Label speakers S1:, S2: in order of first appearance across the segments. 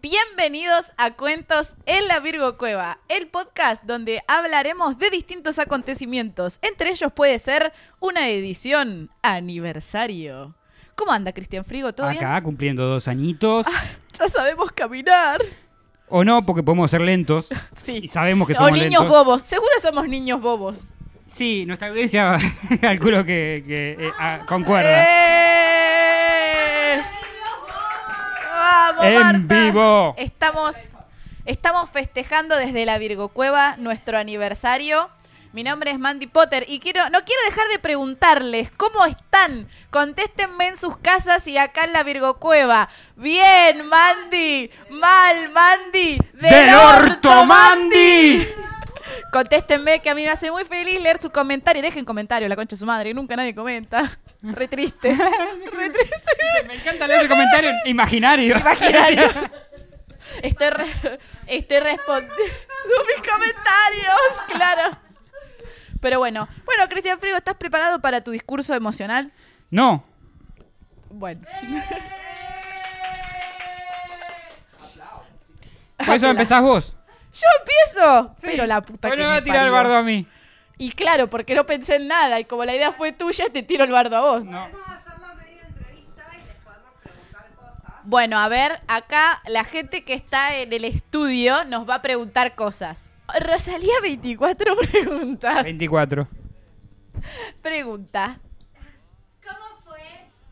S1: Bienvenidos a Cuentos en la Virgo Cueva, el podcast donde hablaremos de distintos acontecimientos. Entre ellos puede ser una edición aniversario. ¿Cómo anda Cristian Frigo? ¿Todo bien?
S2: Acá, cumpliendo dos añitos.
S1: Ya sabemos caminar.
S2: O no, porque podemos ser lentos.
S1: Sí.
S2: Y sabemos que
S1: o
S2: somos
S1: niños
S2: lentos.
S1: bobos. Seguro somos niños bobos.
S2: Sí, nuestra audiencia calculo que, que, eh, ah, concuerda.
S1: ¡Eh! ¡Vamos,
S2: en
S1: Marta!
S2: vivo.
S1: Estamos, estamos festejando desde la Virgo Cueva nuestro aniversario. Mi nombre es Mandy Potter y quiero, no quiero dejar de preguntarles cómo están. Contéstenme en sus casas y acá en la Virgo Cueva. Bien, Mandy. Mal, Mandy.
S2: ¡Del orto,
S1: Mandy.
S2: Mandy!
S1: Contéstenme que a mí me hace muy feliz leer su comentario. Dejen comentarios, la concha de su madre, que nunca nadie comenta. Re triste. Re triste.
S2: Me encanta leer ese comentario imaginario.
S1: Imaginario. Estoy, re- estoy respondiendo mis comentarios, claro. Pero bueno, bueno, Cristian Frigo, ¿estás preparado para tu discurso emocional?
S2: No.
S1: Bueno.
S2: Por eso empezás vos.
S1: Yo empiezo, pero la puta que
S2: Bueno, me va
S1: me
S2: a tirar
S1: parió.
S2: el bardo a mí.
S1: Y claro, porque no pensé en nada y como la idea fue tuya, te tiro el bardo a vos.
S2: No.
S1: Bueno, a ver, acá la gente que está en el estudio nos va a preguntar cosas. Rosalía 24 pregunta.
S2: 24.
S1: Pregunta.
S3: ¿Cómo fue?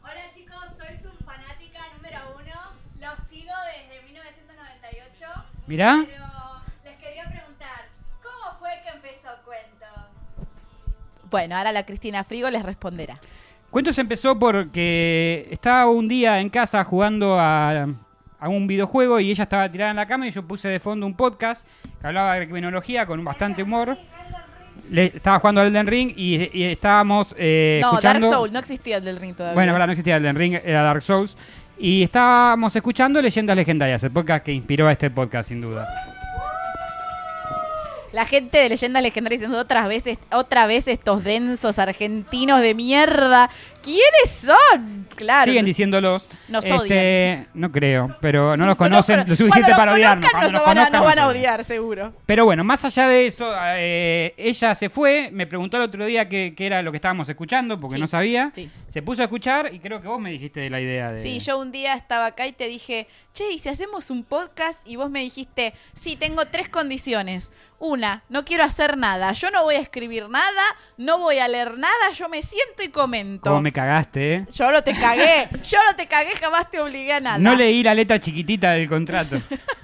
S3: Hola chicos, soy su fanática número uno. Los sigo desde 1998.
S2: Mirá.
S3: Pero les quería preguntar, ¿cómo fue que empezó Cuentos?
S1: Bueno, ahora la Cristina Frigo les responderá.
S2: Cuentos empezó porque estaba un día en casa jugando a, a un videojuego y ella estaba tirada en la cama y yo puse de fondo un podcast que hablaba de criminología con bastante humor. Le, estaba jugando al Elden Ring y, y estábamos eh,
S1: no,
S2: escuchando...
S1: Dark Soul, no existía el del ring todavía.
S2: Bueno, ahora no existía Elden Ring, era Dark Souls. Y estábamos escuchando Leyendas Legendarias, el podcast que inspiró a este podcast, sin duda.
S1: La gente de Leyendas Legendarias diciendo otras veces, otra vez estos densos argentinos de mierda. ¿Quiénes son? Claro.
S2: Siguen diciéndolos. Este,
S1: Nos
S2: No creo, pero no los
S1: Cuando
S2: conocen
S1: pro-
S2: lo suficiente
S1: cuando
S2: para
S1: nos
S2: odiarnos.
S1: conozcan,
S2: Cuando
S1: nos,
S2: nos
S1: van a,
S2: conozcan,
S1: nos van a
S2: nos odian.
S1: odiar, seguro.
S2: Pero bueno, más allá de eso, eh, ella se fue, me preguntó el otro día qué, qué era lo que estábamos escuchando, porque
S1: Sí,
S2: no sabía.
S1: sí.
S2: Se puso a escuchar y creo que vos me dijiste de la idea de...
S1: Sí, yo un día estaba acá y te dije, che, ¿y si hacemos un podcast? Y vos me dijiste, sí, tengo tres condiciones. Una, no quiero hacer nada. Yo no voy a escribir nada, no voy a leer nada, yo me siento y comento.
S2: Cómo me cagaste, ¿eh?
S1: Yo no te cagué, yo no te cagué, jamás te obligué a nada.
S2: No leí la letra chiquitita del contrato.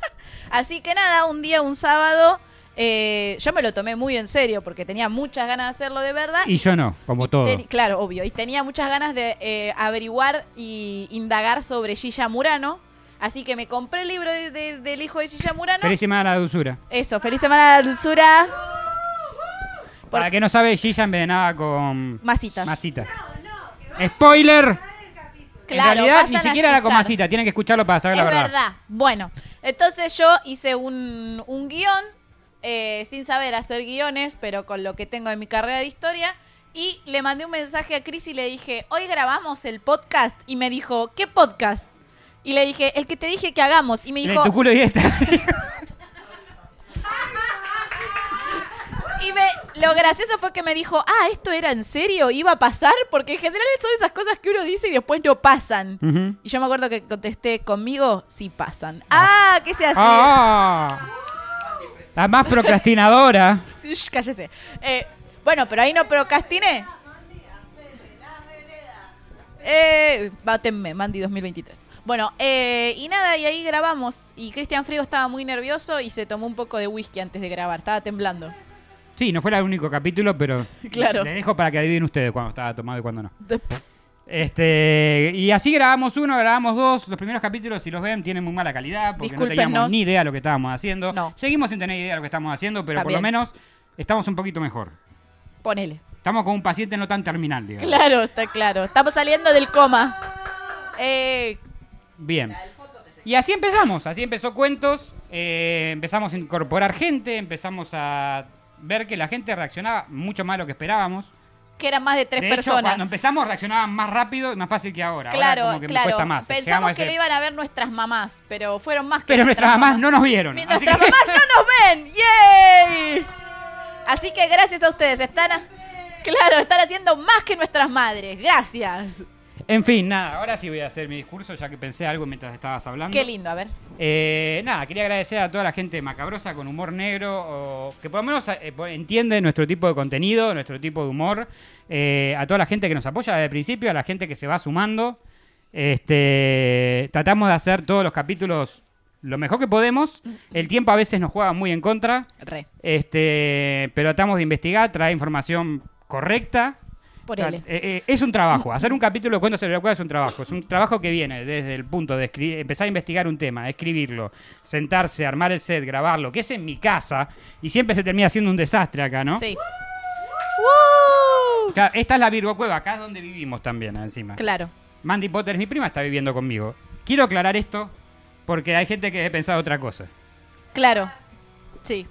S1: Así que nada, un día, un sábado, eh, yo me lo tomé muy en serio porque tenía muchas ganas de hacerlo de verdad.
S2: y yo no, como todo.
S1: Ten- claro, obvio. Y tenía muchas ganas de eh, averiguar y indagar sobre Gilla Murano. Así que me compré el libro de- de- del hijo de Gilla Murano.
S2: Feliz semana de la dulzura.
S1: Eso, feliz semana de la dulzura. Por-
S2: Para que no sabe, Gilla envenenaba con...
S1: Masitas.
S2: Masitas. ¡Spoiler!
S1: Claro,
S2: en realidad
S1: vayan
S2: ni
S1: a
S2: siquiera era con
S1: escuchar.
S2: masita, tienen que escucharlo para saber
S1: es
S2: la
S1: verdad.
S2: verdad.
S1: Bueno, entonces yo hice un, un guión, eh, sin saber hacer guiones, pero con lo que tengo de mi carrera de historia. Y le mandé un mensaje a Cris y le dije, hoy grabamos el podcast. Y me dijo, ¿qué podcast? Y le dije, el que te dije que hagamos. Y me
S2: Le-
S1: dijo,
S2: Tu culo y esta.
S1: y me, lo gracioso fue que me dijo, ah, ¿esto era en serio? ¿Iba a pasar? Porque en general son esas cosas que uno dice y después no pasan.
S2: Ujú.
S1: Y yo me acuerdo que contesté conmigo, sí pasan. Ah, que se hace?
S2: Ah. La más procrastinadora.
S1: Shh, cállese. Eh, bueno, pero ahí no procrastiné. Eh, bátenme, Mandy 2023. Bueno, eh, y nada, y ahí grabamos. Y Cristian Frigo estaba muy nervioso y se tomó un poco de whisky antes de grabar. Estaba temblando.
S2: Sí, no fue el único capítulo, pero
S1: Claro.
S2: le dejo para que adivinen ustedes cuando estaba tomado y cuando no. Este, y así grabamos uno, grabamos dos. Los primeros capítulos, si los ven, tienen muy mala calidad porque no
S1: Discúlpenos.
S2: teníamos ni idea de lo que estábamos haciendo.
S1: No.
S2: Seguimos sin tener idea de lo que estamos haciendo, pero
S1: Está
S2: por lo
S1: bien.
S2: menos estamos un poquito mejor.
S1: Ponele.
S2: Estamos con un paciente no tan terminal, digamos.
S1: Claro, está claro. Estamos saliendo del coma. Eh,
S2: Bien. Y así empezamos, así empezó Cuentos, eh, empezamos a incorporar gente, empezamos a ver que la gente reaccionaba mucho más de lo que esperábamos.
S1: que eran más de tres
S2: de hecho,
S1: personas.
S2: cuando empezamos reaccionaban más rápido y más fácil que ahora. Ahora
S1: Claro,
S2: como que me
S1: claro.
S2: cuesta más. Llegamos a
S1: Pensamos que
S2: ese-
S1: lo iban a ver nuestras mamás, pero fueron más que
S2: Pero nuestras mamás no nos vieron.
S1: Mi-
S2: así
S1: Nuestras
S2: que-
S1: mamás no nos ven. ¡Yay! Así que gracias a ustedes. Están, a- claro, están haciendo más que nuestras madres. Gracias.
S2: En fin, nada, ahora sí voy a hacer mi discurso ya que pensé algo mientras estabas hablando.
S1: Qué lindo, a ver.
S2: Eh, nada, quería agradecer a toda la gente macabrosa con humor negro, o que por lo menos eh, po- entiende nuestro tipo de contenido, nuestro tipo de humor, eh, a toda la gente que nos apoya desde el principio, a la gente que se va sumando. Este, tratamos de hacer todos los capítulos lo mejor que podemos. El tiempo a veces nos juega muy en contra,
S1: Re.
S2: este, pero tratamos de investigar, traer información correcta.
S1: Por
S2: Tra-
S1: él.
S2: eh, eh, es un trabajo. Hacer un capítulo de cuentos sobre la cueva es un trabajo. Es un trabajo que viene desde el punto de escri- empezar a investigar un tema, escribirlo, sentarse, armar el set, grabarlo, que es en mi casa y siempre se termina haciendo un desastre acá, ¿no?
S1: Sí.
S2: Claro, esta es la Virgo Cueva, acá es donde vivimos también, encima.
S1: Claro.
S2: Mandy Potter, mi prima, está viviendo conmigo. Quiero aclarar esto porque hay gente que ha pensado otra cosa.
S1: Claro. Sí.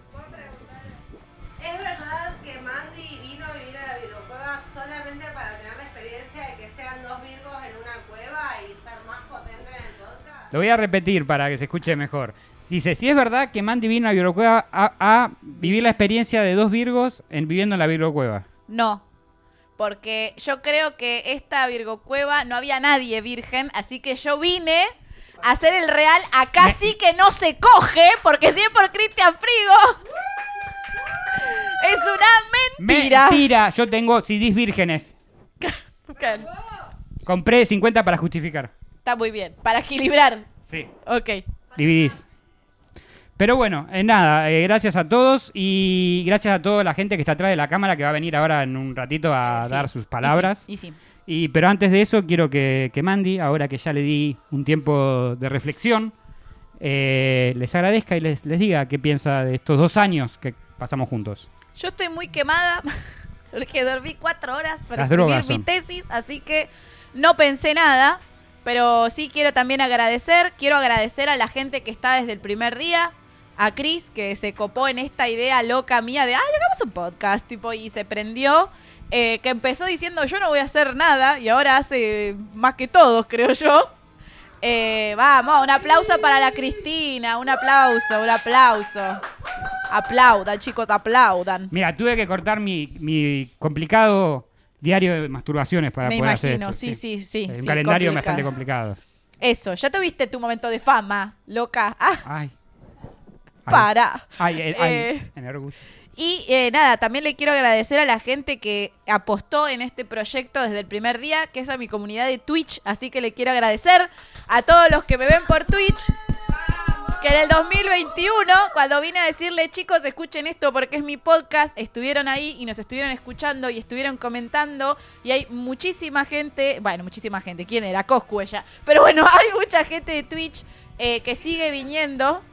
S4: ¿Es verdad que Mandy vino a vivir a la videocueva solamente para tener la experiencia de que sean dos virgos en una cueva y ser más potente en el podcast?
S2: Lo voy a repetir para que se escuche mejor. Dice, si es verdad que Mandy vino a Virgocueva a, a vivir la experiencia de dos Virgos en, viviendo en la Virgocueva.
S1: No. Porque yo creo que esta Virgo Cueva no había nadie virgen, así que yo vine a hacer el real. Acá
S2: Me-
S1: sí que no se coge, porque si es por Cristian Frigo. Es una mentira.
S2: Mentira, yo tengo CDs vírgenes.
S1: Claro.
S2: Compré 50 para justificar.
S1: Está muy bien. Para equilibrar.
S2: Sí.
S1: Ok.
S2: DVDs. Pero bueno, eh, nada, eh, gracias a todos y gracias a toda la gente que está atrás de la cámara que va a venir ahora en un ratito a
S1: Sí.
S2: dar sus palabras.
S1: Y sí, y sí.
S2: Y, pero antes de eso, quiero que, que Mandy, ahora que ya le di un tiempo de reflexión, eh, les agradezca y les, les diga qué piensa de estos dos años que pasamos juntos.
S1: Yo estoy muy quemada porque dormí cuatro horas para
S2: Las
S1: escribir
S2: drogas
S1: mi
S2: son.
S1: tesis, así que no pensé nada. Pero sí quiero también agradecer, quiero agradecer a la gente que está desde el primer día, a Cris, que se copó en esta idea loca mía de, ah, hagamos un podcast, tipo, y se prendió, eh, que empezó diciendo, yo no voy a hacer nada, y ahora hace más que todos, creo yo. Eh, vamos, un aplauso para la Cristina, un aplauso, un aplauso. Aplaudan, chicos, aplaudan.
S2: Mira, tuve que cortar mi, mi complicado diario de masturbaciones para
S1: Me
S2: poder
S1: imagino,
S2: hacer esto,
S1: sí, sí, sí,
S2: Es Un
S1: sí,
S2: calendario
S1: complicado.
S2: bastante complicado.
S1: Eso, ya tuviste tu momento de fama, loca. Ah,
S2: Ay. Ay.
S1: para.
S2: Ay, ay, ay.
S1: Eh.
S2: En orgullo.
S1: Y eh, nada, también le quiero agradecer a la gente que apostó en este proyecto desde el primer día, que es a mi comunidad de Twitch. Así que le quiero agradecer a todos los que me ven por Twitch. Que en el 2021, cuando vine a decirle, chicos, escuchen esto porque es mi podcast, estuvieron ahí y nos estuvieron escuchando y estuvieron comentando. Y hay muchísima gente, bueno, muchísima gente, ¿quién era? Coscu ella. Pero bueno, hay mucha gente de Twitch eh, que sigue viniendo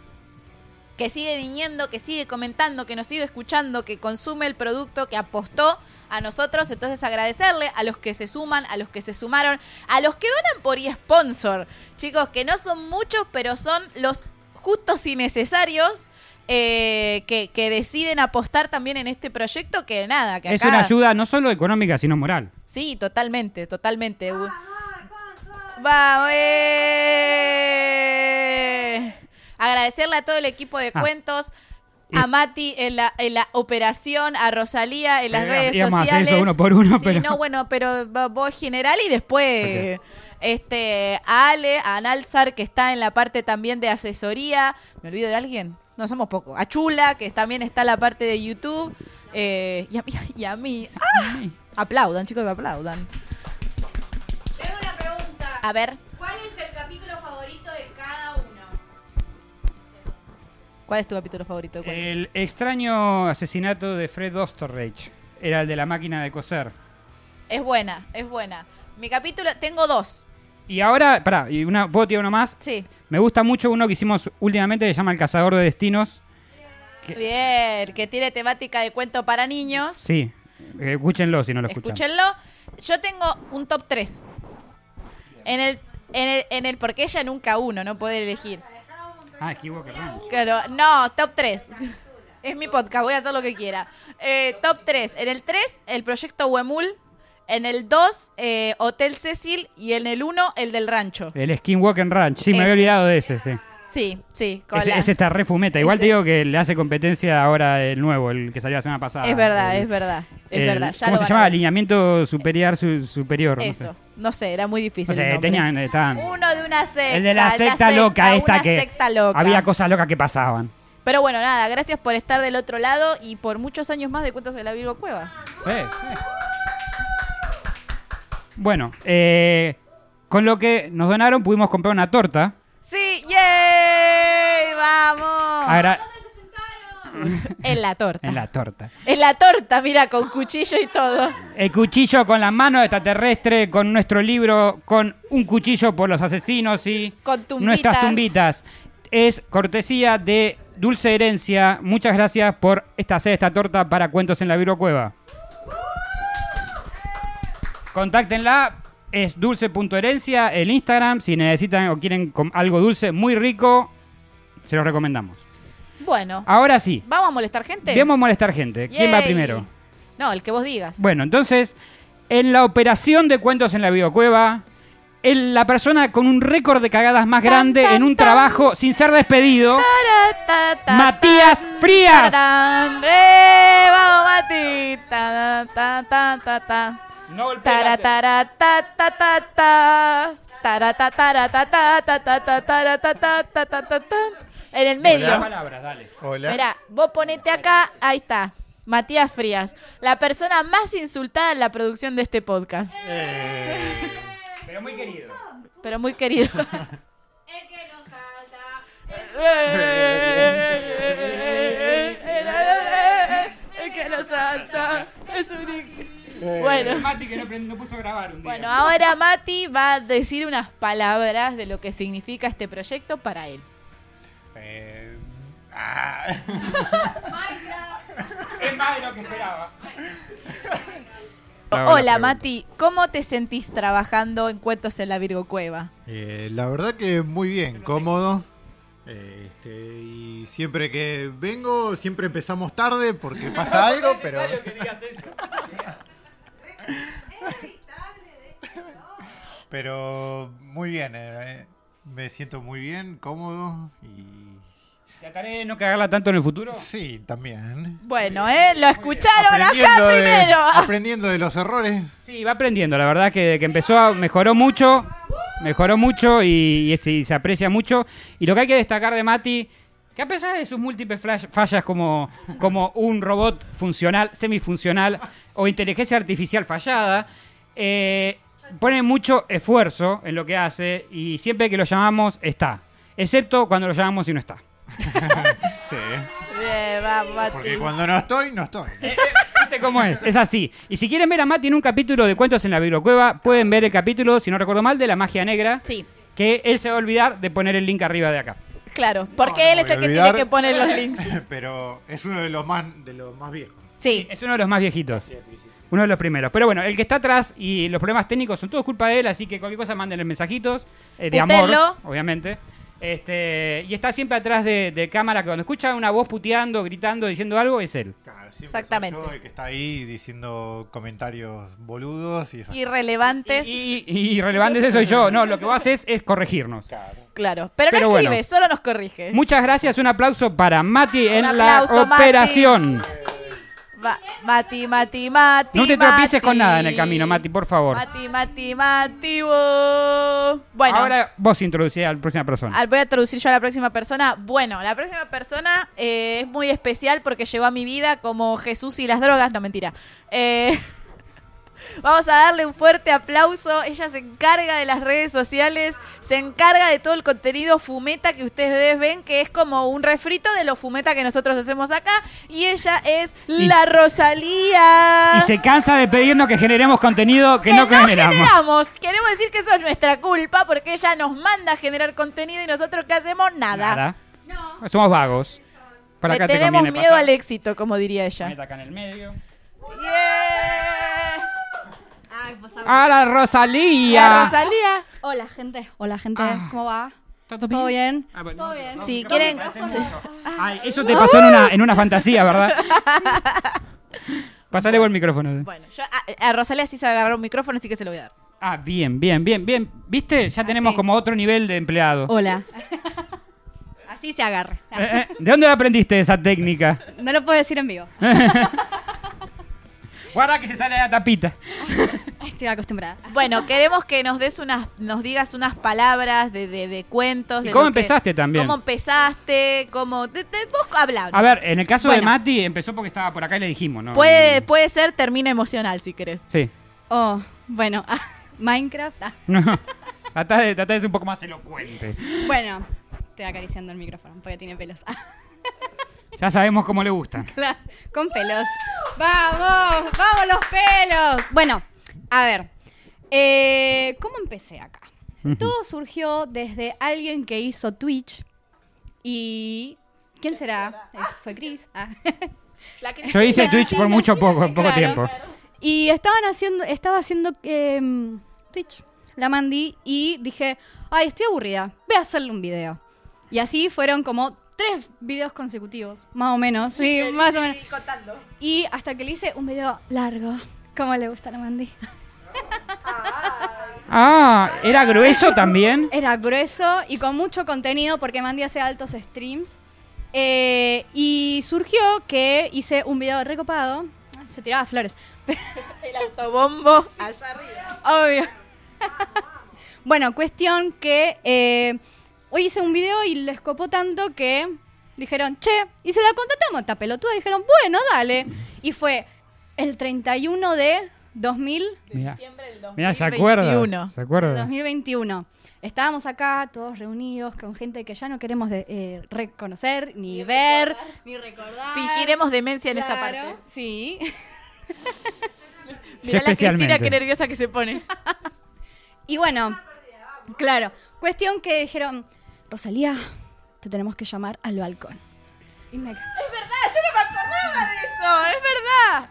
S1: que sigue viniendo, que sigue comentando, que nos sigue escuchando, que consume el producto, que apostó a nosotros. Entonces agradecerle a los que se suman, a los que se sumaron, a los que donan por eSponsor. Chicos, que no son muchos, pero son los justos y necesarios. eh, que, que deciden apostar también en este proyecto que nada, que acá...
S2: Es una ayuda no solo económica, sino moral.
S1: Sí, totalmente, totalmente. ¡Vamos! eh. Agradecerle a todo el equipo de
S2: Ah.
S1: cuentos,
S2: Y-
S1: a Mati en la, en la operación, a Rosalía en las
S2: Pero
S1: redes
S2: íbamos a Eh, hacer
S1: sociales.
S2: eso uno por uno,
S1: Sí,
S2: pero-
S1: no, bueno, pero va- vos general y después este a Ale, a Analzar, que está en la parte también de asesoría. ¿Me olvido de alguien? No, somos poco. A Chula, que también está en la parte de YouTube. eh, y, a, mí- y a mí. ¡Ah! Aplaudan, chicos, aplaudan.
S3: Tengo una pregunta.
S1: A ver,
S3: ¿Cuál es el capítulo favorito de cada uno?
S1: ¿cuál es tu capítulo favorito? de cuentos?
S2: El extraño asesinato de Fred Osterreich era el de la máquina de coser.
S1: Es buena, es buena. Mi capítulo, tengo dos.
S2: Y ahora, pará, y una, ¿puedo tirar uno más?
S1: Sí.
S2: Me gusta mucho uno que hicimos últimamente que se llama El Cazador de Destinos. Que-
S1: Bien, que tiene temática de cuento para niños.
S2: Sí, eh, escúchenlo si no lo escuchan.
S1: Escúchenlo. Yo tengo un top 3. En el, en el, en el, porque ella nunca uno, no puede elegir.
S2: Ah, equivoca, perdón.
S1: Claro, no, top 3. Es mi podcast, voy a hacer lo que quiera. Eh, top 3. En el 3, el proyecto Huemul. En el 2, eh, Hotel Cecil. Y en el 1, el del rancho.
S2: El Skinwalker Ranch. Sí, me
S1: Ese.
S2: había olvidado de ese, sí.
S1: Sí, sí, con
S2: Ese,
S1: la-
S2: ese está refumeta. Igual te
S1: Ese-
S2: digo que le hace competencia ahora el nuevo, el que salió la semana pasada.
S1: Es verdad,
S2: El-
S1: es verdad. Es
S2: el-
S1: verdad. Ya
S2: ¿Cómo
S1: lo van
S2: se
S1: a
S2: llama?
S1: ver.
S2: Alineamiento superior, su- superior. no sé.
S1: Eso. No sé, era muy difícil.
S2: No sé,
S1: el nombre.
S2: tenían, estaban-
S1: Uno de una secta.
S2: el de la
S1: una
S2: secta, loca esta
S1: una
S2: que
S1: secta loca.
S2: había cosas locas que pasaban.
S1: Pero bueno, nada, gracias por estar del otro lado y por muchos años más de Cuentos de la Virgo Cueva.
S2: Bueno, eh, con lo que nos donaron pudimos comprar una torta.
S1: Sí, ¡yay! ¡Vamos!
S2: Agra-
S3: ¿Dónde se sentaron?
S1: En la torta.
S2: en la torta.
S1: En la torta, mira, con cuchillo y todo.
S2: El cuchillo con la mano extraterrestre, con nuestro libro, con un cuchillo por los asesinos y
S1: Con tumbitas.
S2: nuestras tumbitas. Es cortesía de Dulce Herencia. Muchas gracias por esta hacer esta torta para cuentos en la Viro Cueva. Contáctenla. Es dulce.herencia el Instagram. Si necesitan o quieren com- algo dulce, muy rico, se los recomendamos.
S1: Bueno,
S2: Ahora sí,
S1: ¿vamos a molestar gente?
S2: debemos molestar gente. Ah. ¿Quién va
S1: Yay.
S2: primero?
S1: No, el que vos digas.
S2: Bueno, entonces, en la operación de cuentos en la videocueva, el- la persona con un récord de cagadas más
S1: Tan,
S2: grande
S1: tan,
S2: en un
S1: tan.
S2: trabajo sin ser despedido.
S1: Tara, ta, ta,
S2: Matías
S1: tan,
S2: Frías.
S1: tarán. ¡Eh! ¡Vamos, Mati! Ta, ta, ta, ta, ta.
S2: No golpea la-
S1: Tara, tara, ta, ta, ta, ta. Tara, ta, tara, ta, ta, ta, ta, ta, tara, ta, ta, ta, ta, ta, ta. En el
S2: Las
S1: medio.
S2: palabras, dale.
S5: Hola.
S1: Mirá, vos ponete acá, ahí está. Matías Frías, la persona más insultada en la producción de este podcast,
S5: Eh,
S2: Pero muy querido.
S1: pero muy querido.
S3: El que nos salta. El
S1: Eh, El que lo salta es
S5: Eh.
S1: un... Bueno.
S2: Mati que no, prend- no puso a grabar un día.
S1: Bueno, ahora Mati va a decir unas palabras de lo que significa este proyecto para él.
S5: eh, ah.
S3: Minecraft.
S2: Es más de lo que esperaba.
S1: Hola Mati, ¿cómo te sentís trabajando en Cuentos en la Virgo Cueva?
S5: Eh, la verdad que muy bien, cómodo. Eh, este, y siempre que vengo, siempre empezamos tarde porque pasa algo, pero pero muy bien. eh, me siento muy bien, cómodo y
S2: Trataré de no cagarla tanto en el futuro.
S5: sí, también.
S1: Bueno, ¿eh? Lo escucharon acá
S5: de-
S1: primero.
S5: aprendiendo de los errores.
S2: Sí, va aprendiendo, la verdad que, que empezó, a- mejoró mucho, mejoró mucho y, y se, se aprecia mucho. Y lo que hay que destacar de Mati, que a pesar de sus múltiples flash- fallas como, como un robot funcional, semifuncional o inteligencia artificial fallada, eh, pone mucho esfuerzo en lo que hace y siempre que lo llamamos está, excepto cuando lo llamamos y no está.
S5: Sí,
S1: Bien, va, Mati.
S5: porque cuando no estoy, no estoy.
S2: ¿Viste cómo es? Es así. Y si quieren ver a Mati en un capítulo de Cuentos en la Bibliocueva, pueden ver el capítulo, si no recuerdo mal, de La Magia Negra.
S1: Sí,
S2: que él se va a olvidar de poner el link arriba de acá.
S1: claro, porque
S5: No, no
S1: él es
S5: voy a
S1: el que
S5: olvidar.
S1: tiene que poner los links.
S5: Pero es uno de los más de los más viejos.
S1: Sí,
S2: Es uno de los más viejitos. Uno de los primeros. Pero bueno, el que está atrás y los problemas técnicos son todos culpa de él, así que cualquier cosa mándenle mensajitos eh, de amor,
S1: Putenlo.
S2: obviamente. Este, y está siempre atrás de, de cámara, que cuando escucha una voz puteando, gritando, diciendo algo, es él.
S5: Claro, siempre soy
S1: Exactamente.
S5: yo el que está ahí diciendo comentarios boludos y esas
S1: irrelevantes,
S2: Y, y- y irrelevante ese soy yo. No, lo que vos haces es corregirnos.
S1: claro. Pero no
S2: Pero bueno.
S1: escribe, solo nos corrige.
S2: Muchas gracias, un aplauso para Mati en
S1: aplauso,
S2: la
S1: Mati.
S2: operación.
S1: Va- Mati, Mati, Mati.
S2: No te
S1: Mati.
S2: tropieces con nada en el camino, Mati, por favor.
S1: Mati, Mati, Mati. bo. Bueno.
S2: Ahora vos introducís a la próxima persona.
S1: Ah, Voy a traducir yo a la próxima persona. Bueno, la próxima persona eh, es muy especial porque llegó a mi vida como Jesús y las drogas. No, mentira. Eh, vamos a darle un fuerte aplauso. Ella se encarga de las redes sociales, se encarga de todo el contenido fumeta que ustedes ven, que es como un refrito de lo fumeta que nosotros hacemos acá. Y ella es
S2: Y-
S1: la Rosalía.
S2: Y se cansa de pedirnos que generemos contenido que, no generamos.
S1: generamos. Queremos decir que eso es nuestra culpa porque ella nos manda a generar contenido y nosotros que hacemos
S2: Nada.
S3: No.
S2: Somos vagos. Para
S1: Le
S2: acá te
S1: tenemos
S2: conviene
S1: miedo
S2: pasar.
S1: al éxito, como diría ella.
S2: Meta acá en el medio.
S1: Yeah.
S6: Ay, pues,
S2: ¡A
S1: La
S2: la Rosalía!
S1: Rosalía.
S6: Hola, gente. Hola, gente.
S2: Ah.
S6: ¿Cómo va? Todo bien.
S2: Ah, bueno,
S6: Todo
S2: no,
S6: bien.
S2: no,
S1: Si
S2: no,
S1: quieren-
S2: me parece
S1: sí.
S2: mucho. Ay, eso te pasó en una, en una fantasía, ¿verdad? Pasale vos el micrófono.
S1: Bueno, yo a, a Rosalía sí sabe agarrar un micrófono, así que se lo voy a dar.
S2: Ah, bien, bien, bien, bien. ¿Viste? Ya tenemos
S6: sí.
S2: como otro nivel de empleado.
S6: Hola. Así se agarra.
S2: Eh, eh, ¿De dónde la aprendiste esa técnica?
S6: No lo puedo decir en vivo.
S2: Guarda que se sale la tapita.
S6: Estoy acostumbrada.
S1: Bueno, queremos que nos des unas, nos digas unas palabras de, de- de cuentos.
S2: ¿Y
S1: de lo
S2: cómo
S1: que-
S2: empezaste también?
S1: ¿Cómo empezaste? ¿Cómo? de- de- vos hablá.
S2: A ver, en el caso de
S6: Bueno.
S2: Mati, empezó porque estaba por acá y le dijimos, ¿no?
S1: Puede, puede ser, termina emocional si querés.
S2: Sí.
S6: Oh, bueno. Minecraft. ah.
S2: No. Tratá de, tratá de ser un poco más elocuente.
S6: Bueno, estoy acariciando el micrófono porque tiene pelos. Ah,
S2: Ya sabemos cómo le gusta.
S6: claro, Con pelos. ¡Vamos! ¡Vamos los pelos! Bueno, a ver. eh, ¿Cómo empecé acá? Todo surgió desde alguien que hizo Twitch y... ¿Quién será? Es- fue Chris. Ah.
S1: La que-
S2: Yo hice Twitch por mucho poco, poco
S6: Claro.
S2: tiempo.
S6: Y estaban haciendo, estaba haciendo em, Twitch, la Mandy, y dije, ay, estoy aburrida, voy a hacerle un video. Y así fueron como tres videos consecutivos, más o menos, sí, más o menos.
S1: Contando.
S6: Y hasta que le hice un video largo, como le gusta a la Mandy.
S2: Ah, ¿era grueso también?
S6: Era grueso y con mucho contenido porque Mandy hace altos streams. Eh, y surgió que hice un video recopado, Ah, se tiraba flores,
S1: El autobombo allá arriba.
S6: Obvio. bueno, cuestión que eh, hoy hice un video y les copó tanto que dijeron, che, y se la contratamos esta pelotuda. Dijeron, bueno, dale. Y fue el 31 de 2000,
S2: Mira,
S1: Diciembre del 2021.
S2: mira, se acuerda. Se acuerda.
S6: 2021. Estábamos acá todos reunidos con gente que ya no queremos de- eh, reconocer, ni, ver, ni recordar.
S1: Fingiremos demencia en esa
S6: Claro,
S1: parte.
S6: Sí.
S2: Yo
S1: Mirá la Cristina
S2: especialmente.
S1: que nerviosa que se pone.
S6: Y bueno, claro, cuestión que dijeron, Rosalía, te tenemos que llamar al balcón. Y me-
S1: Yo no me acordaba de eso, es verdad.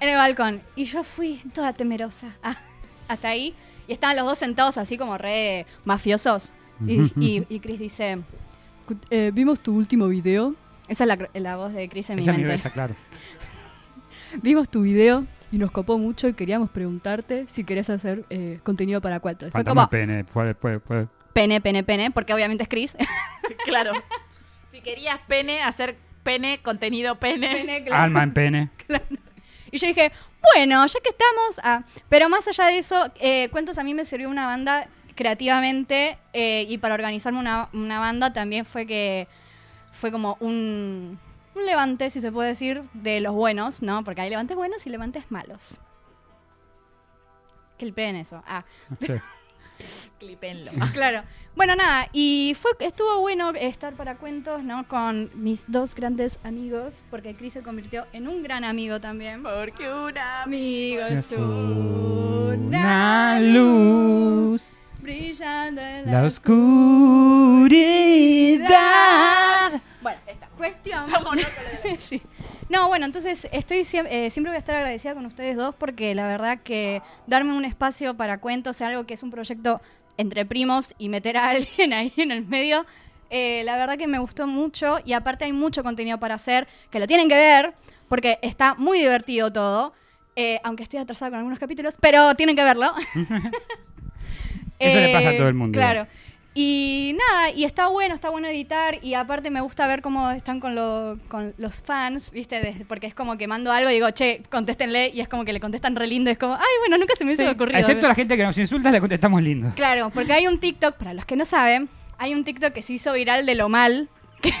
S6: en el balcón. Y yo fui toda temerosa Ah, hasta ahí. Y estaban los dos sentados así como re mafiosos. Y, y, y Chris dice, "Cu- eh, vimos tu último video. Esa es la, cr- la voz de Chris en mi
S2: Ella me
S6: mente.
S2: besa, claro.
S6: Vimos tu video y nos copó mucho y queríamos preguntarte si querías hacer eh, contenido para cuánto. Fue
S2: Fantasma
S6: como
S2: pene, fue, fue, fue.
S6: pene, pene, pene, porque obviamente es Chris.
S1: Claro. Si querías pene, hacer pene, contenido pene.
S6: Pene, claro.
S2: Alma en pene.
S6: Y yo dije, bueno, ya que estamos. ah, Pero más allá de eso, eh, Cuentos a mí me sirvió una banda creativamente eh, y para organizarme una, una banda también fue que fue como un, un levante, si se puede decir, de los buenos, ¿no? Porque hay levantes buenos y levantes malos. Que el en eso. Ah.
S2: Sí.
S1: Clipenlo.
S6: Claro. Bueno, nada, y fue estuvo bueno estar para cuentos, ¿no? Con mis dos grandes amigos, porque Chris se convirtió en un gran amigo también.
S1: Porque una
S6: Amigo es
S2: Es
S6: una luz
S2: oh. luz,
S6: brillando en la
S2: la oscuridad.
S6: Bueno, esta cuestión.
S1: Estamos, ¿no?
S6: Sí. No, bueno, entonces estoy siem- eh, siempre voy a estar agradecida con ustedes dos porque la verdad que darme un espacio para cuentos, algo que es un proyecto entre primos y meter a alguien ahí en el medio, eh, la verdad que me gustó mucho y aparte hay mucho contenido para hacer que lo tienen que ver porque está muy divertido todo, eh, aunque estoy atrasada con algunos capítulos, pero tienen que verlo.
S2: Eso le pasa a todo el
S6: Eh,
S2: mundo.
S6: Claro. Y nada, y está bueno, está bueno editar y aparte me gusta ver cómo están con, lo- con los fans, ¿viste? Desde- porque es como que mando algo y digo, che, contéstenle y es como que le contestan re lindo, es como, ay, bueno, nunca se me hubiese ocurrido.
S2: Excepto la gente que nos insulta, le contestamos lindo.
S6: Claro, porque hay un TikTok, para los que no saben, hay un TikTok que se hizo viral de lo mal que,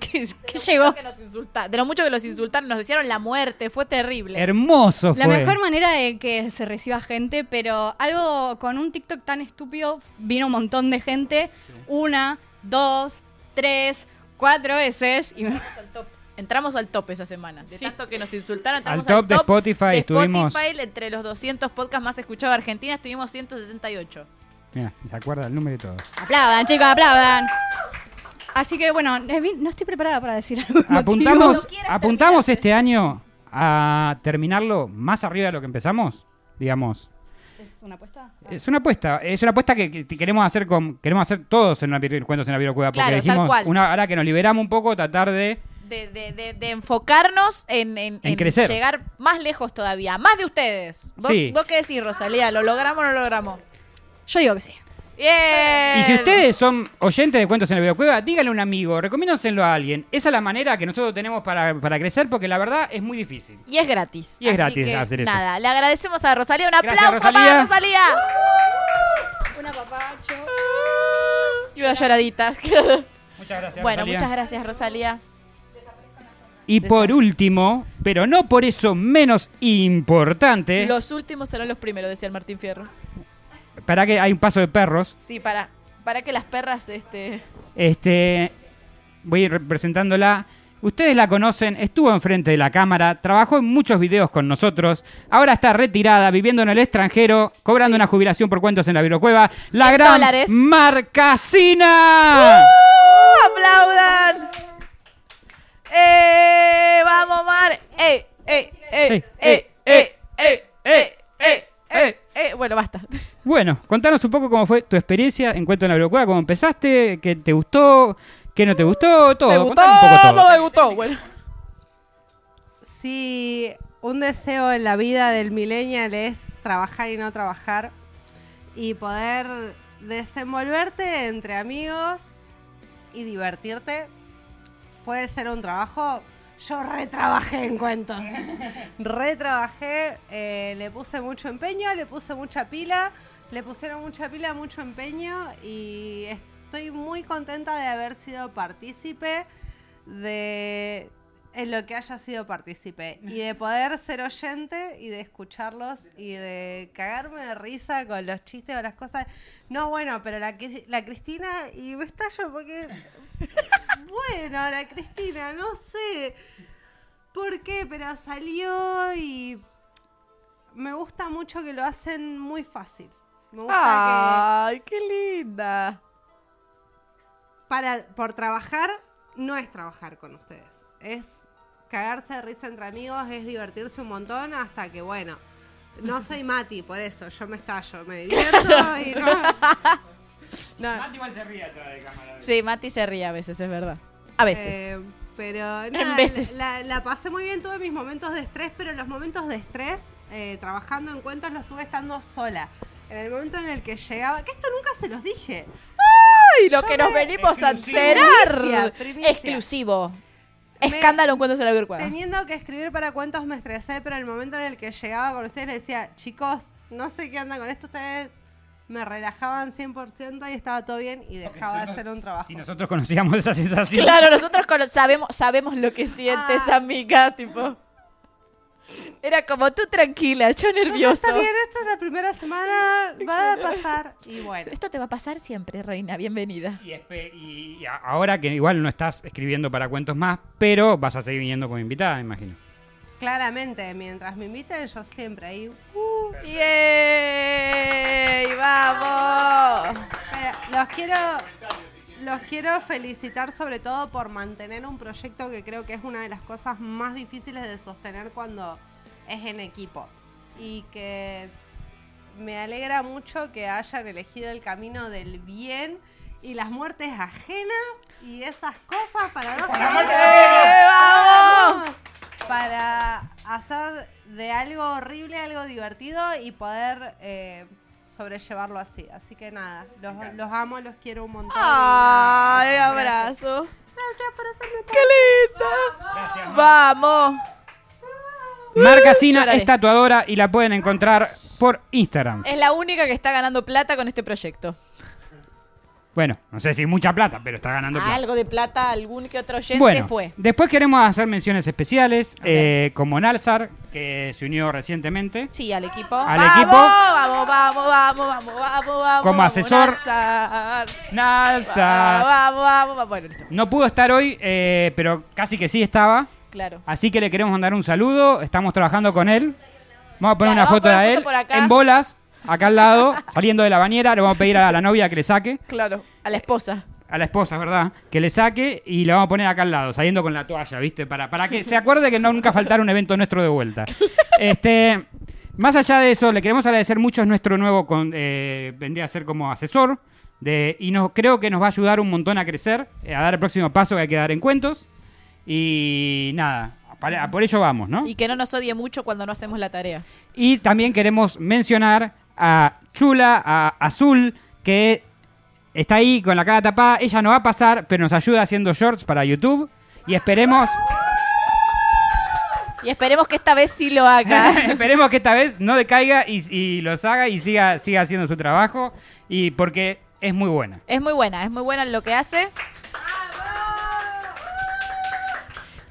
S6: que- que llegó.
S1: que nos insulta- de lo mucho que los insultaron, nos desearon la muerte, fue terrible.
S2: Hermoso
S6: La
S2: fue.
S6: mejor manera de que se reciba gente, pero algo con un TikTok tan estúpido, vino un montón de gente, una, dos, tres, cuatro veces. Y me-
S1: Entramos al top. Entramos al top esa semana. De
S6: Sí.
S1: tanto que nos insultaron, entramos
S2: Al top de Spotify,
S1: de
S2: estuvimos-
S1: Spotify, entre los 200 podcasts más escuchados de Argentina, estuvimos 178.
S2: Mira, se acuerda el número y todo.
S6: aplaudan, chicos, aplaudan. Así que bueno, es bien- no estoy preparada para decir algo.
S2: Apuntamos,
S1: No quieras
S2: apuntamos este año a terminarlo más arriba de lo que empezamos, digamos.
S6: ¿Es una apuesta? Ah.
S2: Es una apuesta, es una apuesta que, que queremos hacer con queremos hacer todos en la vir- cuentos en la Virocueva, porque
S1: Claro, tal
S2: dijimos,
S1: cual.
S2: una, ahora que nos liberamos un poco, tratar de
S1: De, de- de- de enfocarnos en, en-
S2: En
S1: en
S2: crecer.
S1: llegar más lejos todavía, más de ustedes. ¿Vos,
S2: Sí.
S1: vos qué decís, Rosalía? ¿Lo logramos o no lo logramos?
S6: Yo digo que sí.
S1: Bien.
S2: Y si ustedes son oyentes de cuentos en la videocueva, díganle a un amigo, recomiéndenselo a alguien. Esa es la manera que nosotros tenemos para, para crecer, porque la verdad es muy difícil.
S1: Y es gratis.
S2: Y es
S1: Así
S2: gratis
S1: que,
S2: hacer eso.
S1: Nada, le agradecemos a Rosalía. Un
S2: Gracias,
S1: aplauso para
S2: Rosalía.
S1: Rosalía.
S6: Uh. Una papacho.
S1: Y una lloradita.
S2: Muchas gracias.
S1: bueno, muchas gracias, Rosalía.
S2: Y por último, pero no por eso menos importante,
S1: Los últimos serán los primeros, decía el Martín Fierro.
S2: para que hay un paso de perros,
S1: Sí, para, para que las perras, este.
S2: este voy a ir representándola. Ustedes la conocen, estuvo enfrente de la cámara, trabajó en muchos videos con nosotros, ahora está retirada, viviendo en el extranjero, cobrando una jubilación por cuentos en la Virocueva, la
S1: En
S2: gran
S1: dólares.
S2: Marcasina. ¡Ah!
S1: ¡Aplaudan! ¡Eh! ¡Vamos, Mar! ¡Eh! ¡Eh! ¡Eh! ¡Eh! ¡Eh! ¡Eh! ¡Eh! ¡Eh! ¡Eh! ¡Eh! Bueno, basta.
S2: Bueno, contanos un poco cómo fue tu experiencia en Cuento en la Birocueva, cómo empezaste, qué te gustó, qué no te gustó, todo.
S1: Me gustó,
S2: Contanos un poco
S1: no
S2: todo.
S1: me gustó. Bueno.
S4: Si un deseo en la vida del millennial es trabajar y no trabajar y poder desenvolverte entre amigos y divertirte, puede ser un trabajo. Yo retrabajé en cuentos. Retrabajé, eh, le puse mucho empeño, le puse mucha pila, le pusieron mucha pila, mucho empeño y estoy muy contenta de haber sido partícipe de en lo que haya sido partícipe y de poder ser oyente y de escucharlos y de cagarme de risa con los chistes o las cosas. No, bueno, pero la, Cris- la Cristina y me estallo porque bueno, la Cristina, no sé por qué, pero salió y me gusta mucho que lo hacen muy fácil. Me gusta que
S1: ¡Ay, qué linda!
S4: para, por trabajar no es trabajar con ustedes. Es cagarse de risa entre amigos, es divertirse un montón hasta que, bueno, no soy Mati, por eso yo me estallo, me divierto y no. no,
S1: Sí, Mati se ríe a veces, es verdad. A veces.
S4: eh, pero nada,
S1: veces.
S4: La, la pasé muy bien, tuve mis momentos de estrés, pero los momentos de estrés eh, trabajando en cuentos los tuve estando sola. En el momento en el que llegaba, que esto nunca se los dije,
S1: ¡Ay, lo que nos venimos a enterar!
S4: Primicia, primicia.
S1: Exclusivo. Escándalo en cuando se la vircueva.
S4: Teniendo que escribir para cuentos me estresé, pero el momento en el que llegaba con ustedes les decía, chicos, no sé qué anda con esto, ustedes me relajaban 100% y estaba todo bien y dejaba de hacer un trabajo.
S2: Si nosotros conocíamos esa sensación.
S1: Claro, nosotros cono- sabemos, sabemos lo que siente
S4: Ah.
S1: esa amiga, tipo. Era como tú tranquila, yo
S4: No,
S1: nervioso.
S4: está bien, esta es la primera semana, va a pasar. Y bueno,
S1: Esto te va a pasar siempre, reina, bienvenida.
S2: Y, espe- y- y a- ahora que igual no estás escribiendo para cuentos más, pero vas a seguir viniendo como invitada, me imagino.
S4: claramente, mientras me inviten, yo siempre ahí. uh,
S1: ¡Bien! ¡Vamos!
S4: pero los quiero. Los quiero felicitar sobre todo por mantener un proyecto que creo que es una de las cosas más difíciles de sostener cuando es en equipo. Y que me alegra mucho que hayan elegido el camino del bien y las muertes ajenas y esas cosas para no ¡Vamos! para hacer de algo horrible algo divertido y poder eh, sobrellevarlo así. Así que nada, los, los amo, los quiero un montón. y nada.
S1: ¡Ay, abrazo!
S4: Gracias por hacerme
S1: ¡Qué linda! ¡Vamos!
S2: Marcasina
S1: Uh, Lloraré.
S2: es tatuadora y la pueden encontrar por Instagram.
S1: Es la única que está ganando plata con este proyecto.
S2: Bueno, no sé si mucha plata, pero está ganando plata.
S1: Algo de plata, algún que otro oyente
S2: Bueno,
S1: fue.
S2: después queremos hacer menciones especiales, eh, como Nalsar, que se unió recientemente.
S1: Sí, al equipo.
S2: Al
S1: ¡Vamos!
S2: equipo.
S1: Vamos, vamos, vamos, vamos, vamos, vamos.
S2: Como
S1: vamos,
S2: asesor.
S1: Nazar.
S2: Nalsar.
S1: Vamos, vamos, vamos. Bueno, listo.
S2: No pudo estar hoy, eh, pero casi que sí estaba.
S1: Claro.
S2: Así que le queremos mandar un saludo. Estamos trabajando con él. Vamos a poner
S1: Claro, vamos
S2: una
S1: a
S2: foto
S1: poner
S2: de
S1: foto
S2: él
S1: por acá.
S2: en bolas, acá al lado, saliendo de la bañera. Le vamos a pedir a la novia que le saque,
S1: Claro. A la esposa.
S2: a la esposa, ¿verdad? Que le saque y le vamos a poner acá al lado, saliendo con la toalla, ¿viste? Para, para que se acuerde que no, nunca faltará un evento nuestro de vuelta. Este. Más allá de eso, le queremos agradecer mucho a nuestro nuevo, con- eh, vendría a ser como asesor, de, y nos, creo que nos va a ayudar un montón a crecer, eh, a dar el próximo paso que hay que dar en cuentos. Y nada, a para- a por ello vamos, ¿no?
S1: Y que no nos odie mucho cuando no hacemos la tarea.
S2: Y también queremos mencionar a Chula, a Azul, que está ahí con la cara tapada. Ella no va a pasar, pero nos ayuda haciendo shorts para YouTube. Y esperemos,
S1: Y esperemos que esta vez sí lo haga.
S2: esperemos que esta vez no decaiga y, y los haga y siga, siga haciendo su trabajo. Y porque es muy buena.
S1: es muy buena, es muy buena en lo que hace.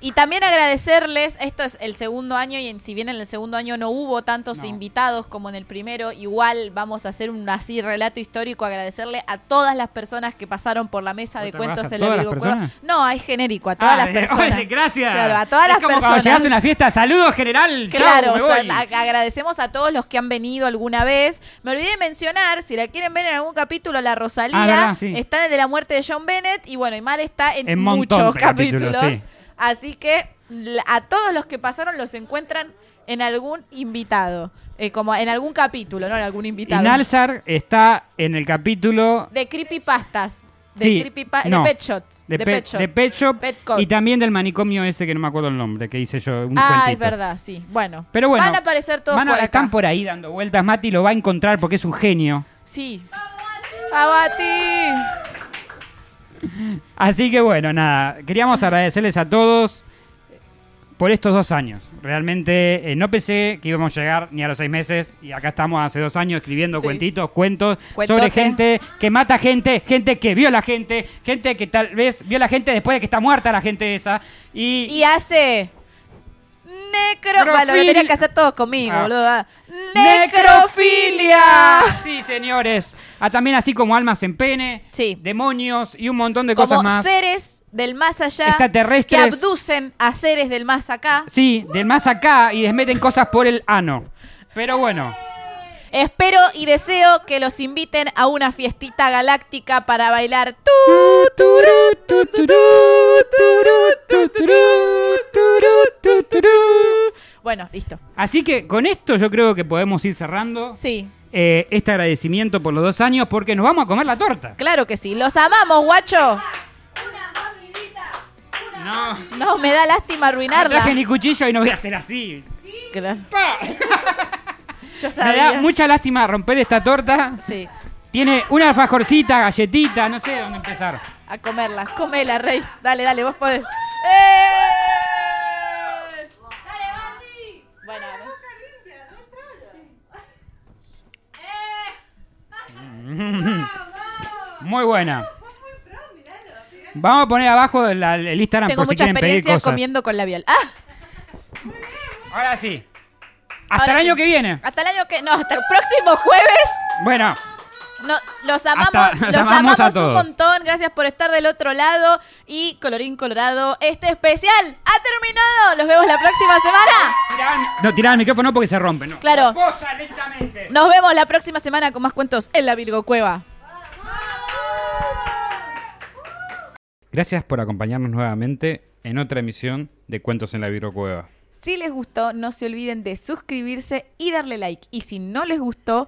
S1: Y también agradecerles, esto es el segundo año y en- si bien en el segundo año no hubo tantos
S2: No.
S1: invitados como en el primero, igual vamos a hacer un así relato histórico, agradecerle a todas las personas que pasaron por la mesa de
S2: ¿Otra vez
S1: cuentos
S2: a
S1: en la
S2: todas
S1: Virgo
S2: las
S1: Cueva.
S2: personas?
S1: No, es genérico, a todas
S2: Ah,
S1: las
S2: eh,
S1: personas.
S2: oye, gracias.
S1: Claro, a todas
S2: Es
S1: las
S2: como
S1: personas.
S2: Cuando llegas a una fiesta, saludos general. chau,
S1: Claro,
S2: me
S1: o sea,
S2: voy.
S1: a- agradecemos a todos los que han venido alguna vez. Me olvidé de mencionar, si la quieren ver en algún capítulo, la Rosalía
S2: Ah, verdad, sí.
S1: está en el de la muerte de John Bennett y bueno, y Mar está en,
S2: En montón
S1: muchos
S2: de
S1: capítulos.
S2: capítulos, sí.
S1: Así que la- a todos los que pasaron los encuentran en algún invitado, eh, como en algún capítulo, no en algún
S2: Y
S1: invitado.
S2: Nalsar está en el capítulo
S1: De creepypastas, de
S2: Sí,
S1: creepypa-
S2: no.
S1: de Pet Shot,
S2: De,
S1: de,
S2: Pe-
S1: Pet Shop.
S2: de Pet Shop
S1: Pet Cop.
S2: y también del manicomio ese que no me acuerdo el nombre, que hice yo un
S1: ah, es
S2: cuentito.
S1: verdad, sí. Bueno,
S2: Pero bueno,
S1: van a aparecer todos
S2: van a-
S1: por acá.
S2: Están por ahí dando vueltas, Mati lo va a encontrar porque es un genio.
S1: Sí. ¡Abati!
S2: Así que bueno, nada, queríamos agradecerles a todos por estos dos años. Realmente eh, no pensé que íbamos a llegar ni a los seis meses y acá estamos hace dos años escribiendo
S1: Sí.
S2: cuentitos, cuentos
S1: Cuentote.
S2: sobre gente que mata gente, gente que viola gente, gente que tal vez viola gente después de que está muerta la gente esa. Y,
S1: Y hace. Necro.
S2: Necrofil-
S1: Bueno, lo tenían que hacer todos conmigo,
S2: Ah.
S1: boludo. Ah.
S2: ¡Necrofilia!
S1: ¡Necrofilia!
S2: Sí, señores. Ah, también así como almas en pene,
S1: Sí.
S2: demonios y un montón de
S1: Como
S2: cosas más.
S1: seres del más allá.
S2: Extraterrestres.
S1: Que abducen a seres del más acá.
S2: Sí, del más acá y les meten cosas por el ano. Pero bueno,
S1: Espero y deseo que los inviten a una fiestita galáctica para bailar. Tu, turu, tu, turu, turu, tu, turu, turu, tu, turu. Bueno, listo.
S2: así que con esto yo creo que podemos ir cerrando
S1: Sí,
S2: eh, este agradecimiento por los dos años porque nos vamos a comer la torta.
S1: claro que sí. Los amamos, guacho.
S3: Una mordidita. Una.
S2: No,
S1: No, me da lástima
S2: no
S1: arruinarla.
S2: traje ni cuchillo y no voy a hacer así.
S1: Claro. Yo
S2: Me
S1: sabía.
S2: da mucha lástima romper esta torta.
S1: Sí,
S2: Tiene una alfajorcita, galletita, no sé dónde empezar.
S1: a comerla. Comela, rey. Dale, dale, vos podés. ¡Eh!
S3: Dale, Bati.
S1: Bueno, a ver.
S2: Muy buena. Vamos a poner abajo el, la- el Instagram
S1: tengo
S2: Ah, por si
S1: mucha
S2: quieren pedir
S1: experiencia
S2: cosas.
S1: comiendo con labial. ¡Ah!
S2: Ahora sí. Hasta
S1: Ahora
S2: el año
S1: sí.
S2: que viene.
S1: Hasta el año que. No, hasta el próximo jueves.
S2: Bueno,
S1: No, los amamos,
S2: Hasta-
S1: los amamos,
S2: amamos a
S1: un
S2: todos.
S1: montón. Gracias por estar del otro lado. Y colorín colorado, este especial ha terminado. Los vemos la próxima semana.
S2: tirá el mi- no tirar el micrófono porque se rompe, ¿no?
S1: Claro.
S2: Posa lentamente.
S1: Nos vemos la próxima semana con más cuentos en la Virgo Cueva.
S2: Gracias por acompañarnos nuevamente en otra emisión de Cuentos en la Virocueva.
S1: Si les gustó, no se olviden de suscribirse y darle like. Y si no les gustó,